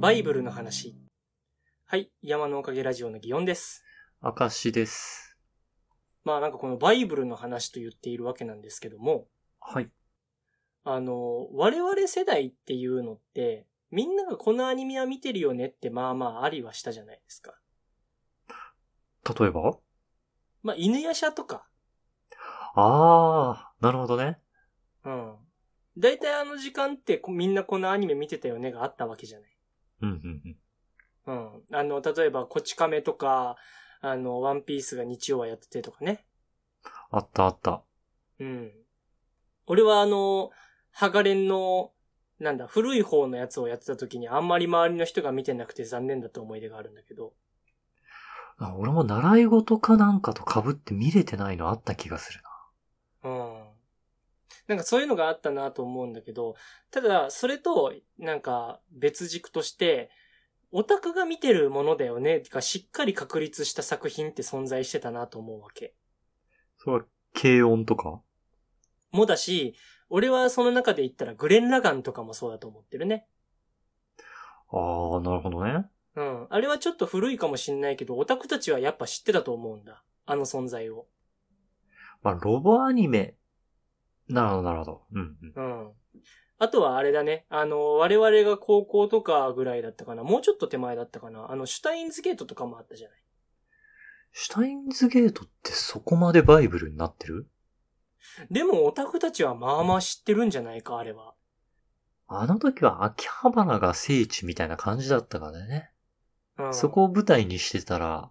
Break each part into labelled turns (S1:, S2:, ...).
S1: バイブルの話。はい、山のおかげラジオの祇園です。
S2: 証です。
S1: まあなんかこのバイブルの話と言っているわけなんですけども、
S2: はい。
S1: あの、我々世代っていうのって、みんながこのアニメは見てるよねってまあまあありはしたじゃないですか。
S2: 例えば
S1: まあ犬やしゃとか、
S2: あー、なるほどね。
S1: うん。大体あの時間ってこみんなこのアニメ見てたよねがあったわけじゃない。
S2: うんうんうん。
S1: うん。あの、例えばこち亀とか、あの、ワンピースが日曜はやっててとかね。
S2: あったあった。
S1: うん。俺はあの、ハガレンの、なんだ、古い方のやつをやってた時にあんまり周りの人が見てなくて残念だった思い出があるんだけど。
S2: あ俺も習い事かなんかと被って見れてないのあった気がするな。
S1: うん。なんかそういうのがあったなと思うんだけど、ただ、それと、なんか別軸として、オタクが見てるものだよね、がしっかり確立した作品って存在してたなと思うわけ。
S2: それは、軽音とか
S1: もだし、俺はその中で言ったらグレン・ラガンとかもそうだと思ってるね。
S2: あー、なるほどね。
S1: うん。あれはちょっと古いかもしんないけど、オタクたちはやっぱ知ってたと思うんだ。あの存在を。
S2: まあ、ロボアニメ。なるほど、なるほど。うんうん。
S1: うん。あとはあれだね。あの、我々が高校とかぐらいだったかな。もうちょっと手前だったかな。あの、シュタインズゲートとかもあったじゃない。
S2: シュタインズゲートってそこまでバイブルになってる
S1: でもオタクたちはまあまあ知ってるんじゃないか、あれは。
S2: あの時は秋葉原が聖地みたいな感じだったからね。
S1: うん。
S2: そこを舞台にしてたら、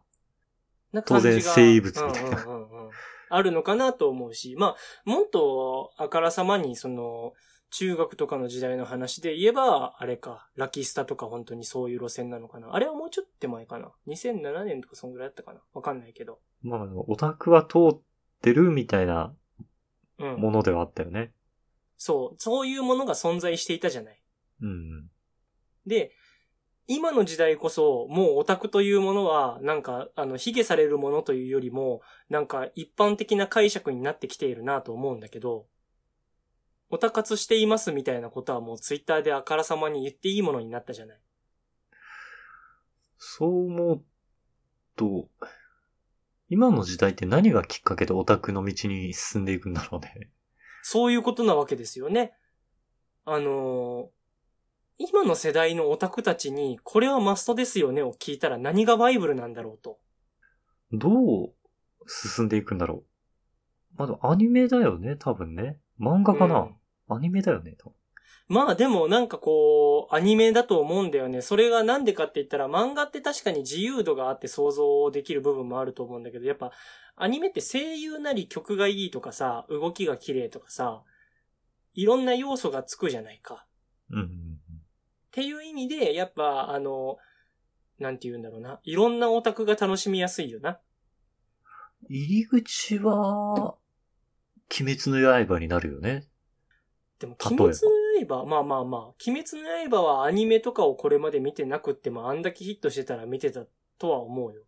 S1: な
S2: 当然生物みたいな
S1: うんうんうんうんあるのかなと思うし、まあ、もっとあからさまに、その、中学とかの時代の話で言えば、あれか、ラキスタとか本当にそういう路線なのかな。あれはもうちょっと手前かな。2007年とかそんぐらいだったかな。わかんないけど。
S2: まあ、オタクは通ってるみたいな
S1: うん。
S2: ものではあったよね。
S1: そう。そういうものが存在していたじゃない。
S2: うんうん。
S1: で、今の時代こそ、もうオタクというものは、なんか、あの、卑下されるものというよりも、なんか、一般的な解釈になってきているなと思うんだけど、オタ活していますみたいなことはもうツイッターであからさまに言っていいものになったじゃない。
S2: そう思うと、今の時代って何がきっかけでオタクの道に進んでいくんだろうね。
S1: そういうことなわけですよね。あのー今の世代のオタクたちに、これはマストですよねを聞いたら何がバイブルなんだろうと。
S2: どう進んでいくんだろう。まあ、でもアニメだよね、多分ね。漫画かな、アニメだよね、多分。
S1: まあでもなんかこう、アニメだと思うんだよね。それがなんでかって言ったら、漫画って確かに自由度があって想像できる部分もあると思うんだけど、やっぱ、アニメって声優なり曲がいいとかさ、動きが綺麗とかさ、いろんな要素がつくじゃないか。
S2: うんうんうん。
S1: っていう意味で、やっぱ、あの、なんて言うんだろうな。いろんなオタクが楽しみやすいよな。
S2: 入り口は、鬼滅の刃になるよね。
S1: でも、
S2: 例え
S1: 鬼
S2: ば
S1: 滅の刃、まあまあまあ、鬼滅の刃はアニメとかをこれまで見てなくっても、あんだけヒットしてたら見てたとは思うよ。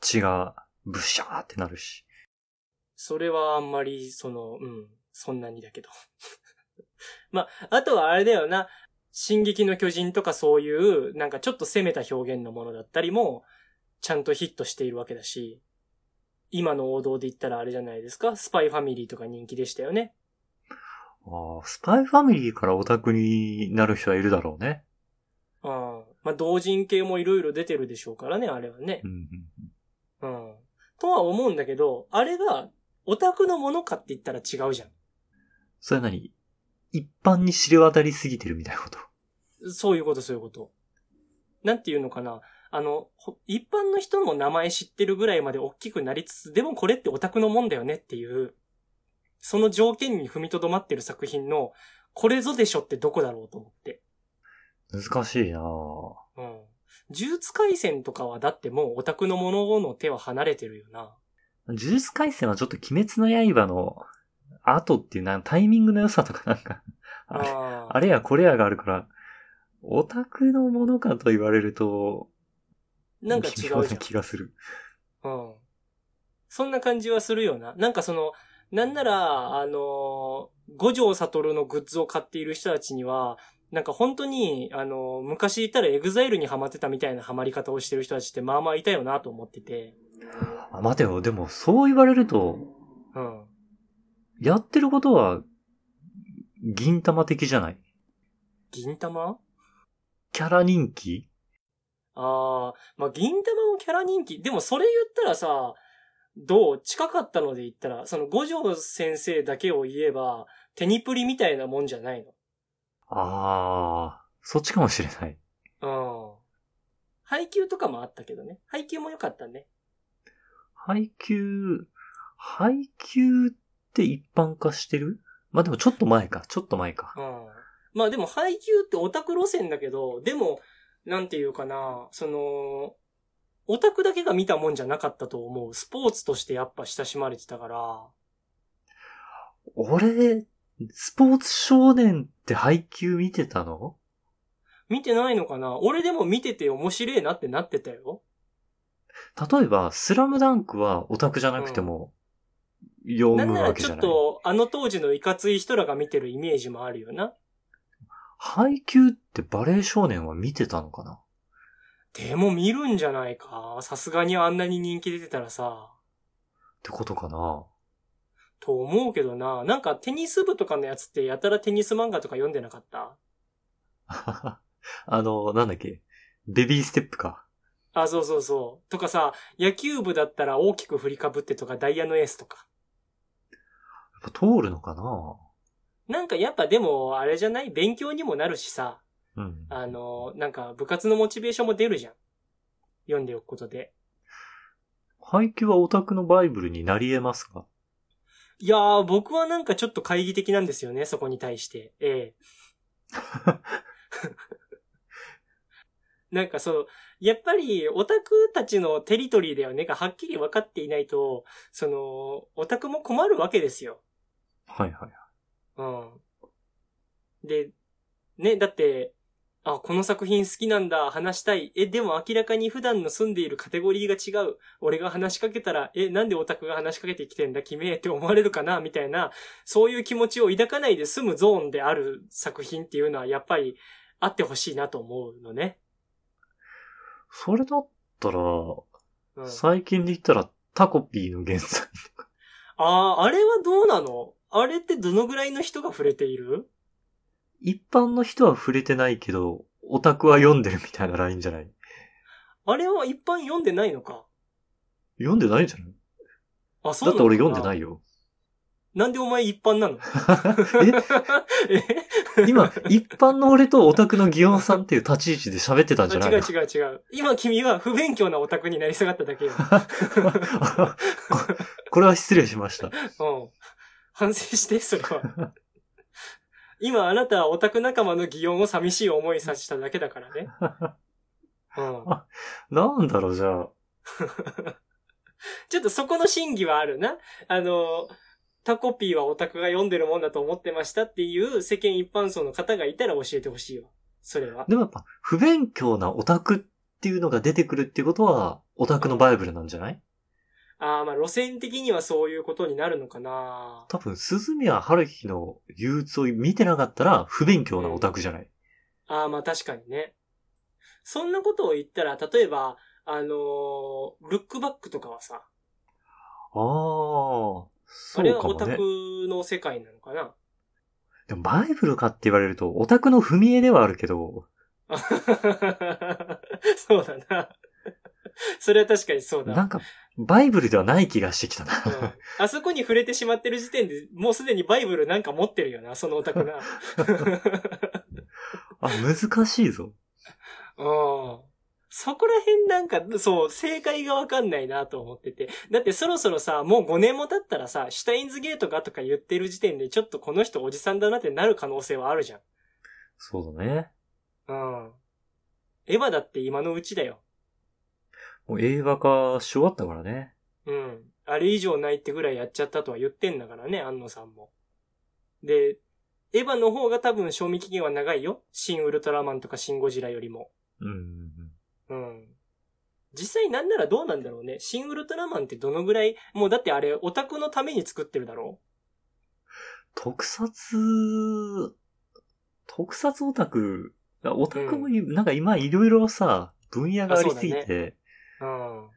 S2: 血が、ブシャーってなるし。
S1: それはあんまり、その、うん、そんなにだけど。 まあ、あとはあれだよな、進撃の巨人とかそういう、なんかちょっと攻めた表現のものだったりも、ちゃんとヒットしているわけだし、今の王道で言ったらあれじゃないですか、スパイファミリーとか人気でしたよね。
S2: ああ、スパイファミリーからオタクになる人はいるだろうね。
S1: うん。まあ、同人系もいろいろ出てるでしょうからね、あれはね
S2: う。んうん
S1: うん。とは思うんだけど、あれが、オタクのものかって言ったら違うじゃん。
S2: それは何一般に知れ渡りすぎてるみたいなこと。
S1: そういうこと、そういうこと。なんていうのかな。あの、ほ一般の人も名前知ってるぐらいまで大きくなりつつ、でもこれってオタクのもんだよねっていう、その条件に踏みとどまってる作品の、これぞでしょってどこだろうと思って。
S2: 難しいなぁ
S1: うん。呪術廻戦とかはだってもうオタクのものの手は離れてるよな。
S2: 呪術廻戦はちょっと鬼滅の刃の後っていうな、タイミングの良さとかなんか、あれ、
S1: あー
S2: あれやこれやがあるから、オタクのものかと言われると、
S1: なんか違うじ
S2: 微妙
S1: ゃん
S2: な。気がする。
S1: うん。そんな感じはするよな。なんかその、なんなら、あのー、五条悟のグッズを買っている人たちには、なんか本当に、あのー、昔いたらエグザイルにハマってたみたいなハマり方をしてる人たちってまあまあいたよなと思ってて。
S2: あ、待てよ。でも、そう言われると、
S1: うん。
S2: やってることは、銀玉的じゃない
S1: 銀玉
S2: キャラ人気
S1: ああ、まあ、銀玉もキャラ人気。でもそれ言ったらさ、どう近かったので言ったら、その五条先生だけを言えば、テニプリみたいなもんじゃない
S2: ああ、そっちかもしれない。
S1: の。うん。配給とかもあったけどね。配給も良かったね。
S2: 配給、配給って一般化してるまあ、でもちょっと前か、ちょっと前か
S1: う。ん。まあでも配給ってオタク路線だけど、でも、なんていうかな、その、オタクだけが見たもんじゃなかったと思う。スポーツとしてやっぱ親しまれてたから。
S2: 俺、スポーツ少年って配給見てたの
S1: 見てないのかな俺でも見てて面白いなってなってたよ。
S2: 例えば、スラムダンクはオタクじゃなくても、読
S1: なん
S2: む
S1: な
S2: わ
S1: ら
S2: け
S1: ち
S2: じ
S1: ょ
S2: ゃ
S1: っ
S2: ない。
S1: と、あの当時のいかつい人らが見てるイメージもあるよな。
S2: 配給ってバレー少年は見てたのかな
S1: でも見るんじゃないか。さすがにあんなに人気出てたらさ。
S2: ってことかな
S1: と思うけどな。なんかテニス部とかのやつってやたらテニス漫画とか読んでなかった
S2: あの、なんだっけ。ベビーステップか。
S1: あ、そうそうそう。とかさ、野球部だったら大きく振りかぶってとかダイヤのエースとか。
S2: やっぱ通るのかな
S1: なんかやっぱでも、あれじゃない勉強にもなるしさ。
S2: うん。
S1: あの、なんか部活のモチベーションも出るじゃん。読んでおくことで。
S2: 配給はオタクのバイブルになり得ますか
S1: いやー、僕はなんかちょっと懐疑的なんですよね、そこに対して。ええなんかそう、やっぱりオタクたちのテリトリーだよねがはっきり分かっていないと、その、オタクも困るわけですよ。
S2: はいはい。
S1: うん。で、ね、だって、あ、この作品好きなんだ、話したい。え、でも明らかに普段の住んでいるカテゴリーが違う。俺が話しかけたら、え、なんでオタクが話しかけてきてんだ、君めえって思われるかな、みたいな、そういう気持ちを抱かないで済むゾーンである作品っていうのは、やっぱり、あってほしいなと思うのね。
S2: それだったら、
S1: うん。あ
S2: 最近で言ったらタコピーの原作。
S1: あー、あれはどうなのあれってどのぐらいの人が触れている
S2: 一般の人は触れてないけど、オタクは読んでるみたいなラインじゃない
S1: あれは一般読んでないのか
S2: 読んでないんじゃない
S1: あ、そうなの
S2: だって
S1: かな
S2: 俺読んでないよ。
S1: なんでお前一般なの え
S2: 今、一般の俺とオタクのギオンさんっていう立ち位置で喋ってたんじゃない
S1: 違
S2: の
S1: う違う違う。今君は不勉強なオタクになり下がっただけ よ。
S2: これは失礼しました。
S1: うん。反省して、それは。 今あなたはオタク仲間の擬音を寂しい思いさせただけだから ね。うん。
S2: なんだろう、じゃあ。
S1: ちょっとそこの真偽はあるな。あの、タコピーはオタクが読んでるもんだと思ってましたっていう世間一般層の方がいたら教えてほしいわ。それは。
S2: でもやっぱ、不勉強なオタクっていうのが出てくるっていうことは、オタクのバイブルなんじゃない
S1: ああ、まあ路線的にはそういうことになるのかな。
S2: 多分、鈴宮春日の憂鬱を見てなかったら、不勉強なオタクじゃない。
S1: ああ、まあ確かにね。そんなことを言ったら、例えば、あのールックバックとかはさ、
S2: ああ、そ
S1: あれ
S2: う
S1: は
S2: か
S1: オ
S2: も
S1: タ
S2: ね
S1: ク。の世界なのかな。
S2: でも、バイブルかって言われると、オタクの踏み絵ではあるけど、
S1: そうだな。それは確かにそうだ。
S2: なんか、バイブルではない気がしてきた
S1: うん
S2: な。
S1: あそこに触れてしまってる時点で、もうすでにバイブルなんか持ってるよな、そのオタクな。
S2: あ、難しいぞ。
S1: うんそこら辺なんか、そう、正解がわかんないなと思ってて。だってそろそろさ、もう5年も経ったらさ、シュタインズゲートがとか言ってる時点で、ちょっとこの人おじさんだなってなる可能性はあるじゃん。
S2: そうだね。
S1: うん。エヴァだって今のうちだよ。
S2: もう映画化し終わったからね。
S1: うん。あれ以上ないってぐらいやっちゃったとは言ってんだからね、安野さんも。で、エヴァの方が多分賞味期限は長いよ。新ウルトラマンとか新ゴジラよりも。
S2: うんうんうん。
S1: うん。実際なんならどうなんだろうね。シン・ウルトラマンってどのぐらい、もうだってあれオタクのために作ってるだろ
S2: 特撮、特撮オタク、あオタクもい、なんか今いろいろさ、分野がありすぎ
S1: あそう
S2: て、
S1: うん。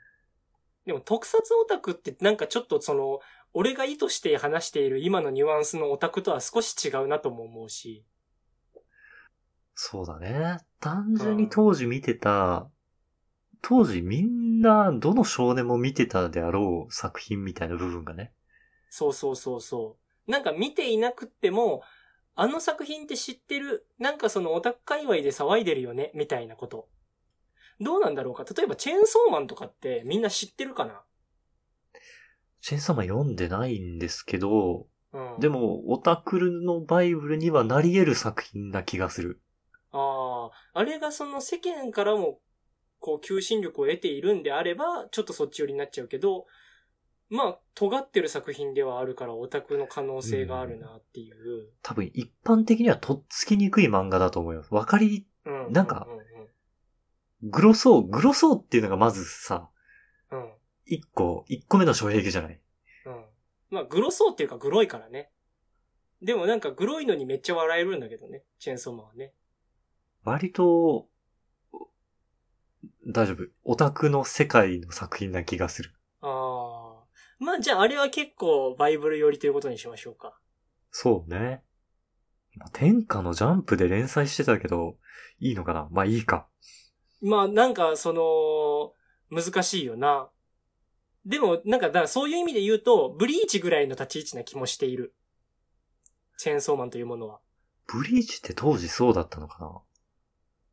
S1: でも特撮オタクってなんかちょっとその、俺が意図して話している今のニュアンスのオタクとは少し違うなとも思うし。
S2: そうだね。単純に当時見てた、当時みんなどの少年も見てたであろう作品みたいな部分がね。
S1: そうそうそうそう。なんか見ていなくっても、あの作品って知ってる、なんかそのオタク界隈で騒いでるよね、みたいなこと。どうなんだろうか例えばチェーンソーマンとかってみんな知ってるかな
S2: チェンソーマン読んでないんですけど、
S1: うん。
S2: でもオタクルのバイブルにはなり得る作品な気がする。
S1: ああ、あれがその世間からも、こう、求心力を得ているんであれば、ちょっとそっち寄りになっちゃうけど、まあ、尖ってる作品ではあるから、オタクの可能性があるなっていう。
S2: 多分一般的にはとっつきにくい漫画だと思います。わかり、
S1: うん。
S2: なんか
S1: うんうん
S2: グロそう、グロそうっていうのがまずさ、
S1: うん。
S2: 一個、一個目の障壁じゃない。
S1: うん。うん。まあ、グロそうっていうか、グロいからね。でもなんか、グロいのにめっちゃ笑えるんだけどね、チェーンソーマンはね。
S2: 割と、大丈夫。オタクの世界の作品な気がする。
S1: ああ。まあ、じゃあ、あれは結構、バイブル寄りということにしましょうか。
S2: そうね。まあ天下のジャンプで連載してたけど、いいのかなまあいいか。
S1: まあなんかその、難しいよな。でもなんかだからそういう意味で言うと、ブリーチぐらいの立ち位置な気もしている。チェーンソーマンというものは。
S2: ブリーチって当時そうだったのかな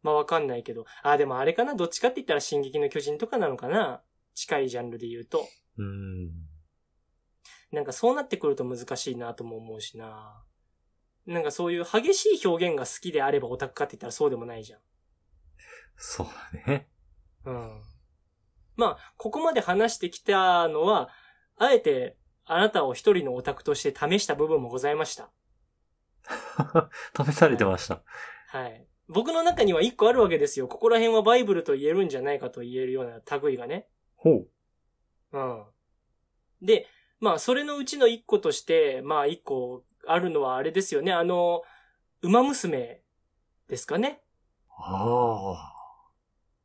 S1: まあわかんないけど。あ、でもあれかなどっちかって言ったら進撃の巨人とかなのかな近いジャンルで言うと。
S2: うーん。
S1: なんかそうなってくると難しいなとも思うしな。なんかそういう激しい表現が好きであればオタクかって言ったらそうでもないじゃん。
S2: そう だね。
S1: うんまあ、ここまで話してきたのは、あえて、あなたを一人のオタクとして試した部分もございました。
S2: 試されてました。
S1: はい。僕の中には一個あるわけですよ。ここら辺はバイブルと言えるんじゃないかと言えるような類がね。
S2: ほう。
S1: うん。で、まあ、それのうちの一個として、まあ、一個あるのはあれですよね。あの、馬娘ですかね。
S2: ああ。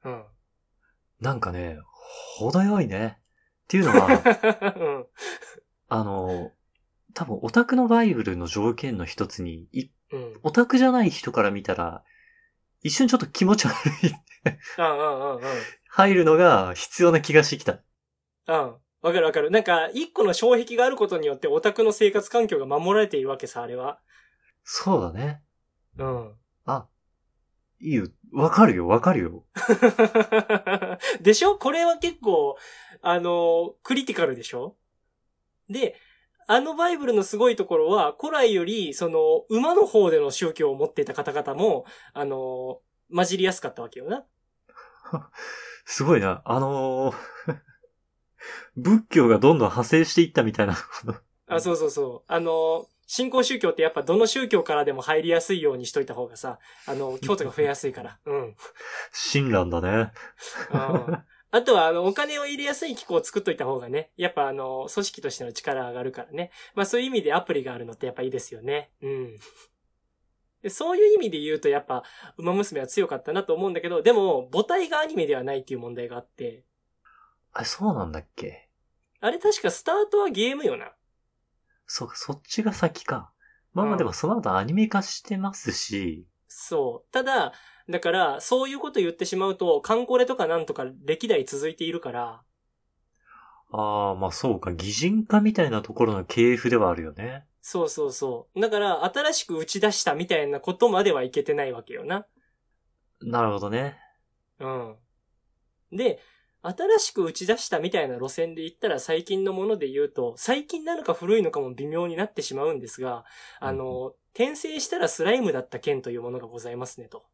S1: うん。
S2: なんかね、程よいね。っていうの は、
S1: うん。
S2: あの、多分オタクのバイブルの条件の一つに、い
S1: うん。
S2: オタクじゃない人から見たら、一瞬ちょっと気持ち悪い
S1: あうんうんうん。
S2: 入るのが必要な気がしてきた。
S1: うん。わかるわかる。なんか、一個の障壁があることによってオタクの生活環境が守られているわけさ、あれは。
S2: そうだね。
S1: うん。
S2: あ、いいよ。わかるよ、わかるよ。
S1: でしょこれは結構、あの、クリティカルでしょで、あのバイブルのすごいところは、古来より、その、馬の方での宗教を持っていた方々も、あの、混じりやすかったわけよな。
S2: すごいな。あのー 仏教がどんどん派生していったみたいな。
S1: あ、そうそうそう。あの、信仰宗教ってやっぱどの宗教からでも入りやすいようにしといた方がさ、あの、教徒が増えやすいから。うん。
S2: 親鸞だね。
S1: うんあとは、あの、お金を入れやすい機構を作っといた方がね、やっぱあの、組織としての力上がるからね。まあそういう意味でアプリがあるのってやっぱいいですよね。うん。でそういう意味で言うとやっぱ、馬娘は強かったなと思うんだけど、でも、母体がアニメではないっていう問題があって、
S2: あれ、そうなんだっけ
S1: あれ確かスタートはゲームよな。
S2: そうか、そっちが先か。まあ
S1: う
S2: ま
S1: ん
S2: あでもその後アニメ化してますし、
S1: そう。ただ、だから、そういうこと言ってしまうと、カンコレとかなんとか歴代続いているから、
S2: ああ、まあそうか、擬人化みたいなところの系譜ではあるよね。
S1: そうそうそう。だから、新しく打ち出したみたいなことまではいけてないわけよな。
S2: なるほどね。
S1: うん。で、新しく打ち出したみたいな路線で言ったら最近のもので言うと、最近なのか古いのかも微妙になってしまうんですが、あの、転生したらスライムだった剣というものがございますねと。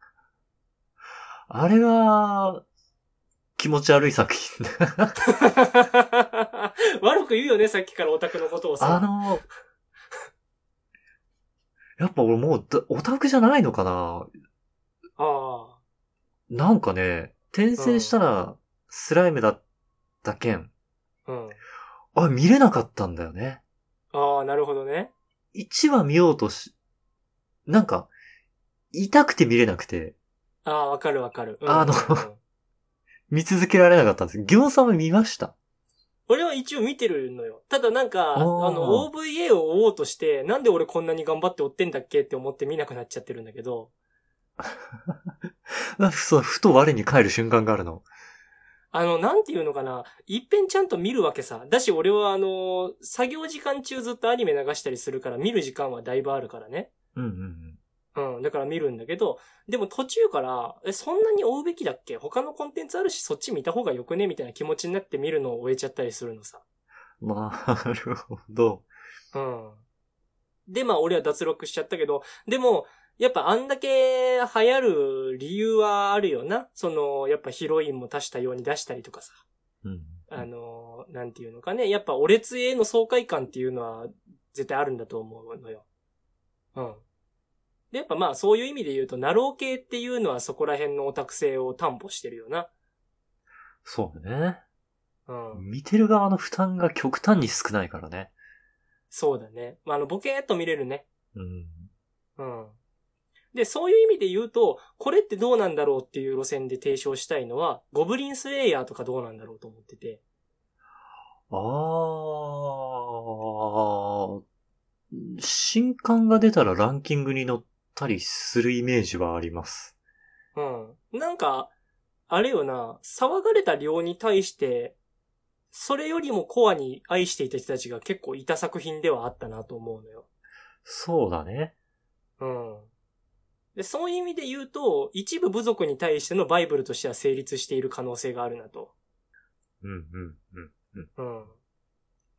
S2: あれは、気持ち悪い作品だ。
S1: 悪く言うよね、さっきからオタクのことをさ。
S2: あの、やっぱ俺もうだ、オタクじゃないのかな
S1: ああ。
S2: なんかね、転生したらスライムだった件、
S1: うん。
S2: あ、見れなかったんだよね。
S1: ああ、なるほどね。
S2: 1話見ようとし、なんか、痛くて見れなくて、
S1: ああ、わかるわかる。うん
S2: あの
S1: うん
S2: 見続けられなかったんです。ギョンさんは見ました
S1: 俺は一応見てるのよ。ただなんか、あ
S2: おー
S1: の、OVA を追おうとして、なんで俺こんなに頑張って追ってんだっけって思って見なくなっちゃってるんだけど、
S2: あそう、ふと我に返る瞬間があるの。
S1: あの、なんていうのかな、いっぺんちゃんと見るわけさ。だし俺はあの、作業時間中ずっとアニメ流したりするから、見る時間はだいぶあるからね。
S2: うんうんうん。
S1: うん、だから見るんだけど、でも途中から、え、そんなに追うべきだっけ他のコンテンツあるし、そっち見た方がよくねみたいな気持ちになって見るのを終えちゃったりするのさ。
S2: なるほど。
S1: うん。で、まあ俺は脱落しちゃったけど、でも、やっぱあんだけ流行る理由はあるよな。その、やっぱヒロインも出したように出したりとかさ。
S2: うん。
S1: あの、なんていうのかね。やっぱ俺列への爽快感っていうのは絶対あるんだと思うのよ。うん。で、やっぱまあそういう意味で言うと、ナロー系っていうのはそこら辺のオタク性を担保してるよな。
S2: そうね。
S1: うん。
S2: 見てる側の負担が極端に少ないからね。
S1: そうだね。まああの、ボケーっと見れるね。
S2: うん。
S1: うん。で、そういう意味で言うと、これってどうなんだろうっていう路線で提唱したいのは、ゴブリンスレイヤーとかどうなんだろうと思ってて。
S2: あー。新刊が出たらランキングに載ったりするイメージはあります。
S1: うん。なんか、あれよな、騒がれた量に対して、それよりもコアに愛していた人たちが結構いた作品ではあったなと思うのよ。
S2: そうだね。
S1: うん。で、そういう意味で言うと、一部部族に対してのバイブルとしては成立している可能性があるなと。
S2: うんうんうん。
S1: うん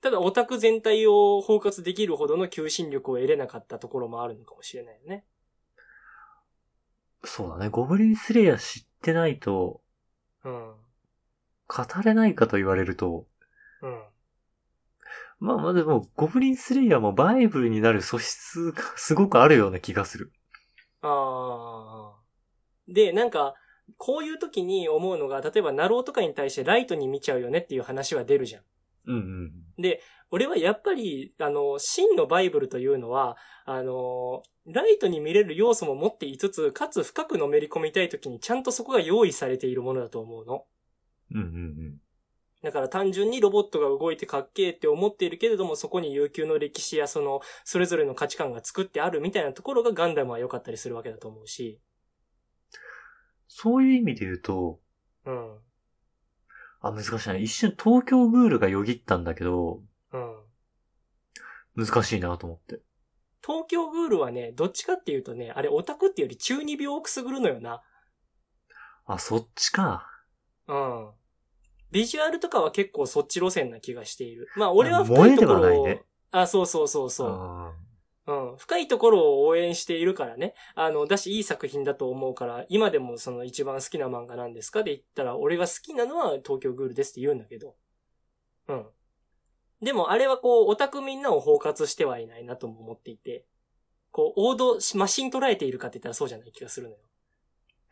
S1: ただオタク全体を包括できるほどの求心力を得れなかったところもあるのかもしれないよね。
S2: そうだね。ゴブリンスレイヤー知ってないと、
S1: うん。
S2: 語れないかと言われると、
S1: うん。
S2: まあまあでも、ゴブリンスレイヤーもバイブルになる素質がすごくあるような気がする。
S1: あー。で、なんか、こういう時に思うのが、例えばナローとかに対してライトに見ちゃうよねっていう話は出るじゃん。
S2: うんうん。
S1: 俺はやっぱり、あの、真のバイブルというのは、あの、ライトに見れる要素も持っていつつ、かつ深くのめり込みたい時にちゃんとそこが用意されているものだと思うの。
S2: うんうん
S1: だから単純にロボットが動いてかっけーって思っているけれども、そこに悠久の歴史やその、それぞれの価値観が作ってあるみたいなところがガンダムは良かったりするわけだと思うし。
S2: そういう意味で言うと、
S1: うん。
S2: あ、難しいな。一瞬東京グールがよぎったんだけど、
S1: うん。
S2: 難しいなと思って。
S1: 東京グールはね、どっちかっていうとね、あれオタクっていうより中二病をくすぐるのよな。
S2: あ、そっちか。
S1: うん。ビジュアルとかは結構そっち路線な気がしている。まあ俺は深
S2: 萌
S1: い
S2: えで
S1: とこ
S2: はな
S1: ろ
S2: い
S1: を、
S2: ね
S1: あ、そうそうそうそう。
S2: あ
S1: うん。深いところを応援しているからね。あの、だし、いい作品だと思うから、今でもその一番好きな漫画なんですかで言ったら、俺が好きなのは東京グールですって言うんだけど。うん。でも、あれはこう、オタクみんなを包括してはいないなとも思っていて、こう、王道、マシン捉えているかって言ったらそうじゃない気がするのよ。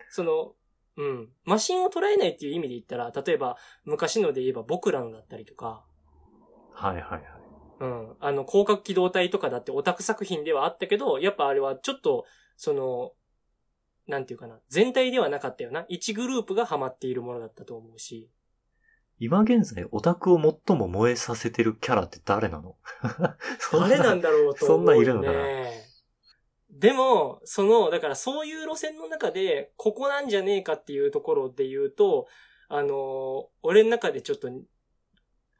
S1: その、うん。マシンを捉えないっていう意味で言ったら、例えば、昔ので言えば、僕らのだったりとか、
S2: ーはいはいはい。
S1: うん。あの、広角機動隊とかだってオタク作品ではあったけど、やっぱあれはちょっと、その、なんていうかな、全体ではなかったよな。一グループがハマっているものだったと思うし。
S2: 今現在、オタクを最も燃えさせてるキャラって誰なの そ
S1: 誰なん
S2: だ
S1: だろうと思うよ、ね。
S2: そんなんいるのか
S1: でも、その、だからそういう路線の中で、ここなんじゃねえかっていうところで言うと、あのー俺の中でちょっと、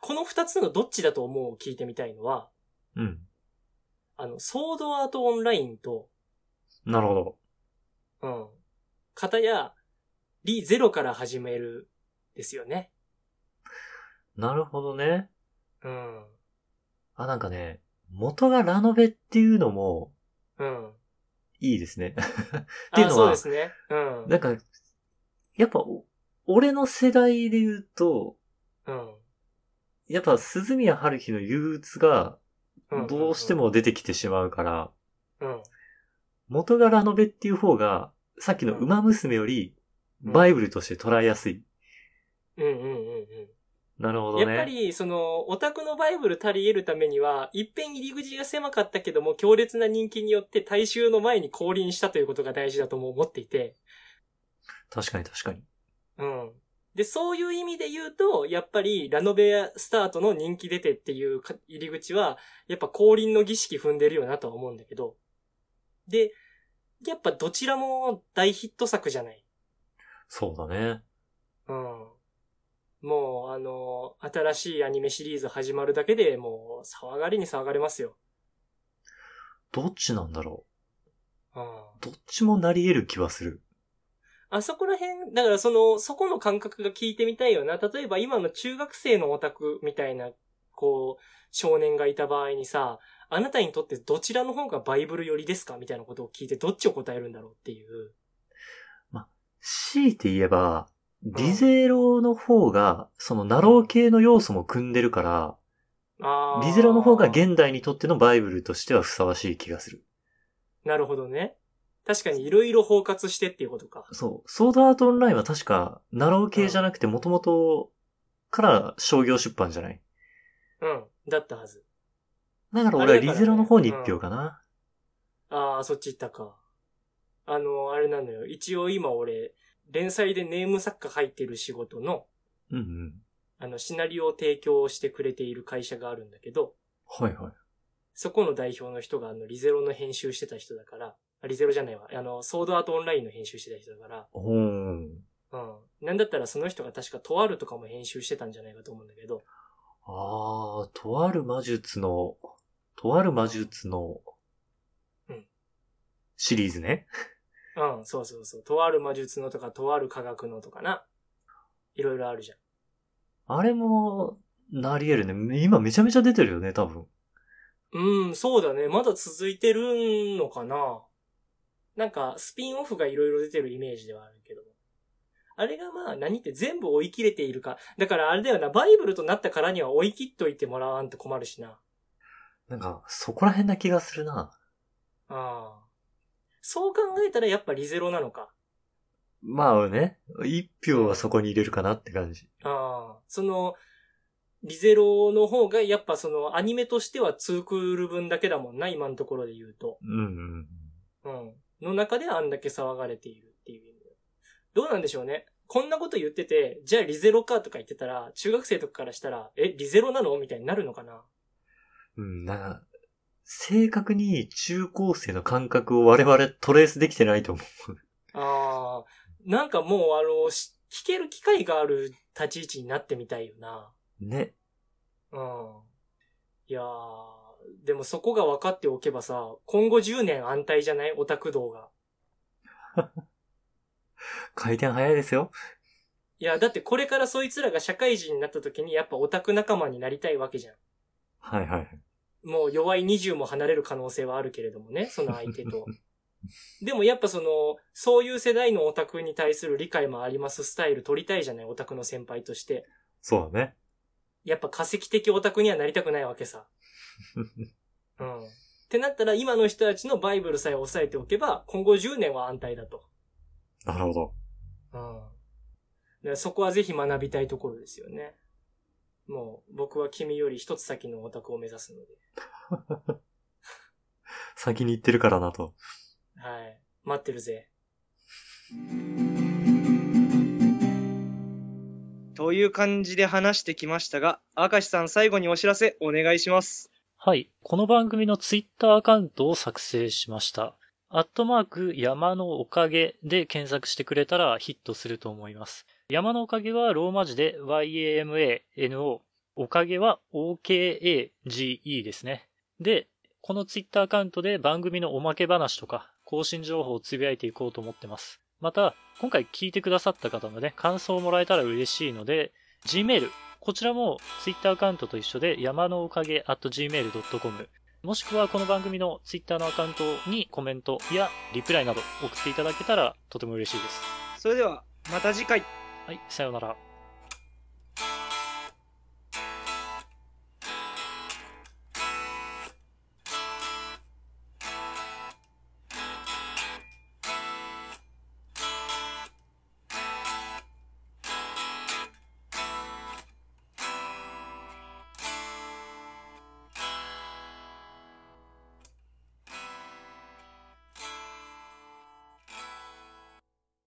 S1: この二つのどっちだと思うを聞いてみたいのは、
S2: うん。
S1: あの、ソードアートオンラインと、
S2: なるほど。
S1: うん。方や、リゼロから始める、ですよね。
S2: なるほどね。
S1: うん。
S2: あ、なんかね、元がラノベっていうのも
S1: うん。っ
S2: いいですね。ていう
S1: あ、
S2: のは
S1: そうですね。うん。
S2: なんか、やっぱ、お俺の世代で言うと、
S1: うん。
S2: やっぱ鈴宮春日の憂鬱が
S1: うん
S2: どうして。も出てきてしまうから、
S1: うん。
S2: 元がラノベっていう方が、さっきの馬娘より
S1: うん
S2: バイブルとして捉えやすい。
S1: うんうんうん
S2: なるほ
S1: うん。
S2: ど
S1: やっぱ
S2: ね。
S1: り、その、オタクのバイブル足り得るためには、一遍入り口が狭かったけども、強烈な人気によって大衆の前に降臨したということが大事だとも思っていて、
S2: 確かに確かに。
S1: うん。で、そういう意味で言うと、やっぱり、ラノベスタートの人気出てっていうか入り口は、やっぱ降臨の儀式踏んでるよなとは思うんだけど。で、やっぱどちらも大ヒット作じゃない。
S2: そうだね。
S1: うん。もう、あの、新しいアニメシリーズ始まるだけでもう、騒がれに騒がれますよ。
S2: どっちなんだろ
S1: うん。
S2: う。どっちもなり得る気はする。
S1: あそこら辺、だからその、そこの感覚が聞いてみたいよな。例えば今の中学生のオタクみたいな、こう、少年がいた場合にさ、あなたにとってどちらの方がバイブル寄りですかみたいなことを聞いてどっちを答えるんだろうっていう。
S2: 強いて言えば、リゼロの方が、そのナロー系の要素も組んでるから、
S1: あー
S2: リゼロの方が現代にとってのバイブルとしてはふさわしい気がする。
S1: なるほどね。確かにいろいろ包括してっていうことか。
S2: そう。ソードアートオンラインは確か、ナロー系じゃなくてもともとから商業出版じゃない
S1: うん。だったはず。
S2: だから俺は
S1: あれだから
S2: リ
S1: ね
S2: ゼロの方に一票かな。
S1: ああ、そっち行ったか。あの、あれなのよ。一応今俺、連載でネーム作家入ってる仕事の、
S2: うんうん。
S1: あの、シナリオを提供してくれている会社があるんだけど、
S2: はいはい。
S1: そこの代表の人が、あの、リゼロの編集してた人だから、あリゼロじゃないわ。あの、ソードアートオンラインの編集してた人だか
S2: お
S1: ら、
S2: ー
S1: うん。なんだったらその人が確かとあるとかも編集してたんじゃないかと思うんだけど、
S2: あー、とある魔術の、とある魔術の
S1: うん、
S2: シリーズね。
S1: うん、そうそうそう。とある魔術のとか、とある科学のとかな。いろいろあるじゃん。
S2: あれも、なり得るね。今めちゃめちゃ出てるよね、多分。
S1: うん、そうだね。まだ続いてるのかななんか、スピンオフがいろいろ出てるイメージではあるけども。あれがまあ、何って全部追い切れているか。だからあれだよな、バイブルとなったからには追い切っといてもらわんと困るしな。
S2: なんか、そこら辺な気がするな。
S1: ああ。そう考えたらやっぱリゼロなのか。
S2: まあね、一票はそこに入れるかなって感じ。
S1: ああ。その、リゼロの方がやっぱそのアニメとしては2クール分だけだもんな、今のところで言うと。
S2: うんう
S1: う
S2: ん。
S1: ん。の中であんだけ騒がれているっていう。どうなんでしょうね。こんなこと言ってて、じゃあリゼロかとか言ってたら、中学生とかからしたら、え、リゼロなのみたいになるのかな
S2: うん、なんか、正確に中高生の感覚を我々トレースできてないと思
S1: あー、なんかもうあの、し聞ける機会がある立ち位置になってみたいよな。
S2: う。ね。
S1: うん。いやー、でもそこが分かっておけばさ、今後10年安泰じゃないオタク道が。
S2: 回転早いですよ。
S1: いや、だってこれからそいつらが社会人になった時にやっぱオタク仲間になりたいわけじゃん。
S2: はいはいはい。
S1: もう弱い20も離れる可能性はあるけれどもね、その相手と。でもやっぱその、そういう世代のオタクに対する理解もありますスタイル取りたいじゃない、オタクの先輩として。
S2: そうだね。
S1: やっぱ化石的オタクにはなりたくないわけさ。うん。ってなったら今の人たちのバイブルさえ押さえておけば、今後10年は安泰だと。
S2: なるほど。
S1: うん。だからそこはぜひ学びたいところですよね。もう、僕は君より一つ先のオタクを目指すので。
S2: 先に行ってるからなと。
S1: はい。待ってるぜ。
S3: という感じで話してきましたが、明石さん最後にお知らせお願いします。
S4: はい。この番組のツイッターアカウントを作成しました。アットマーク山のおかげで検索してくれたらヒットすると思います。山のおかげはローマ字で YAMANO。おかげは OKAGE ですね。で、このツイッターアカウントで番組のおまけ話とか更新情報をつぶやいていこうと思ってます。また、今回聞いてくださった方のね、感想をもらえたら嬉しいので、Gmail、こちらも Twitter アカウントと一緒で山のおかげ at gmail.com もしくはこの番組の Twitter のアカウントにコメントやリプライなど送っていただけたらとても嬉しいです。
S3: それでは、また次回。
S4: はい、さようなら。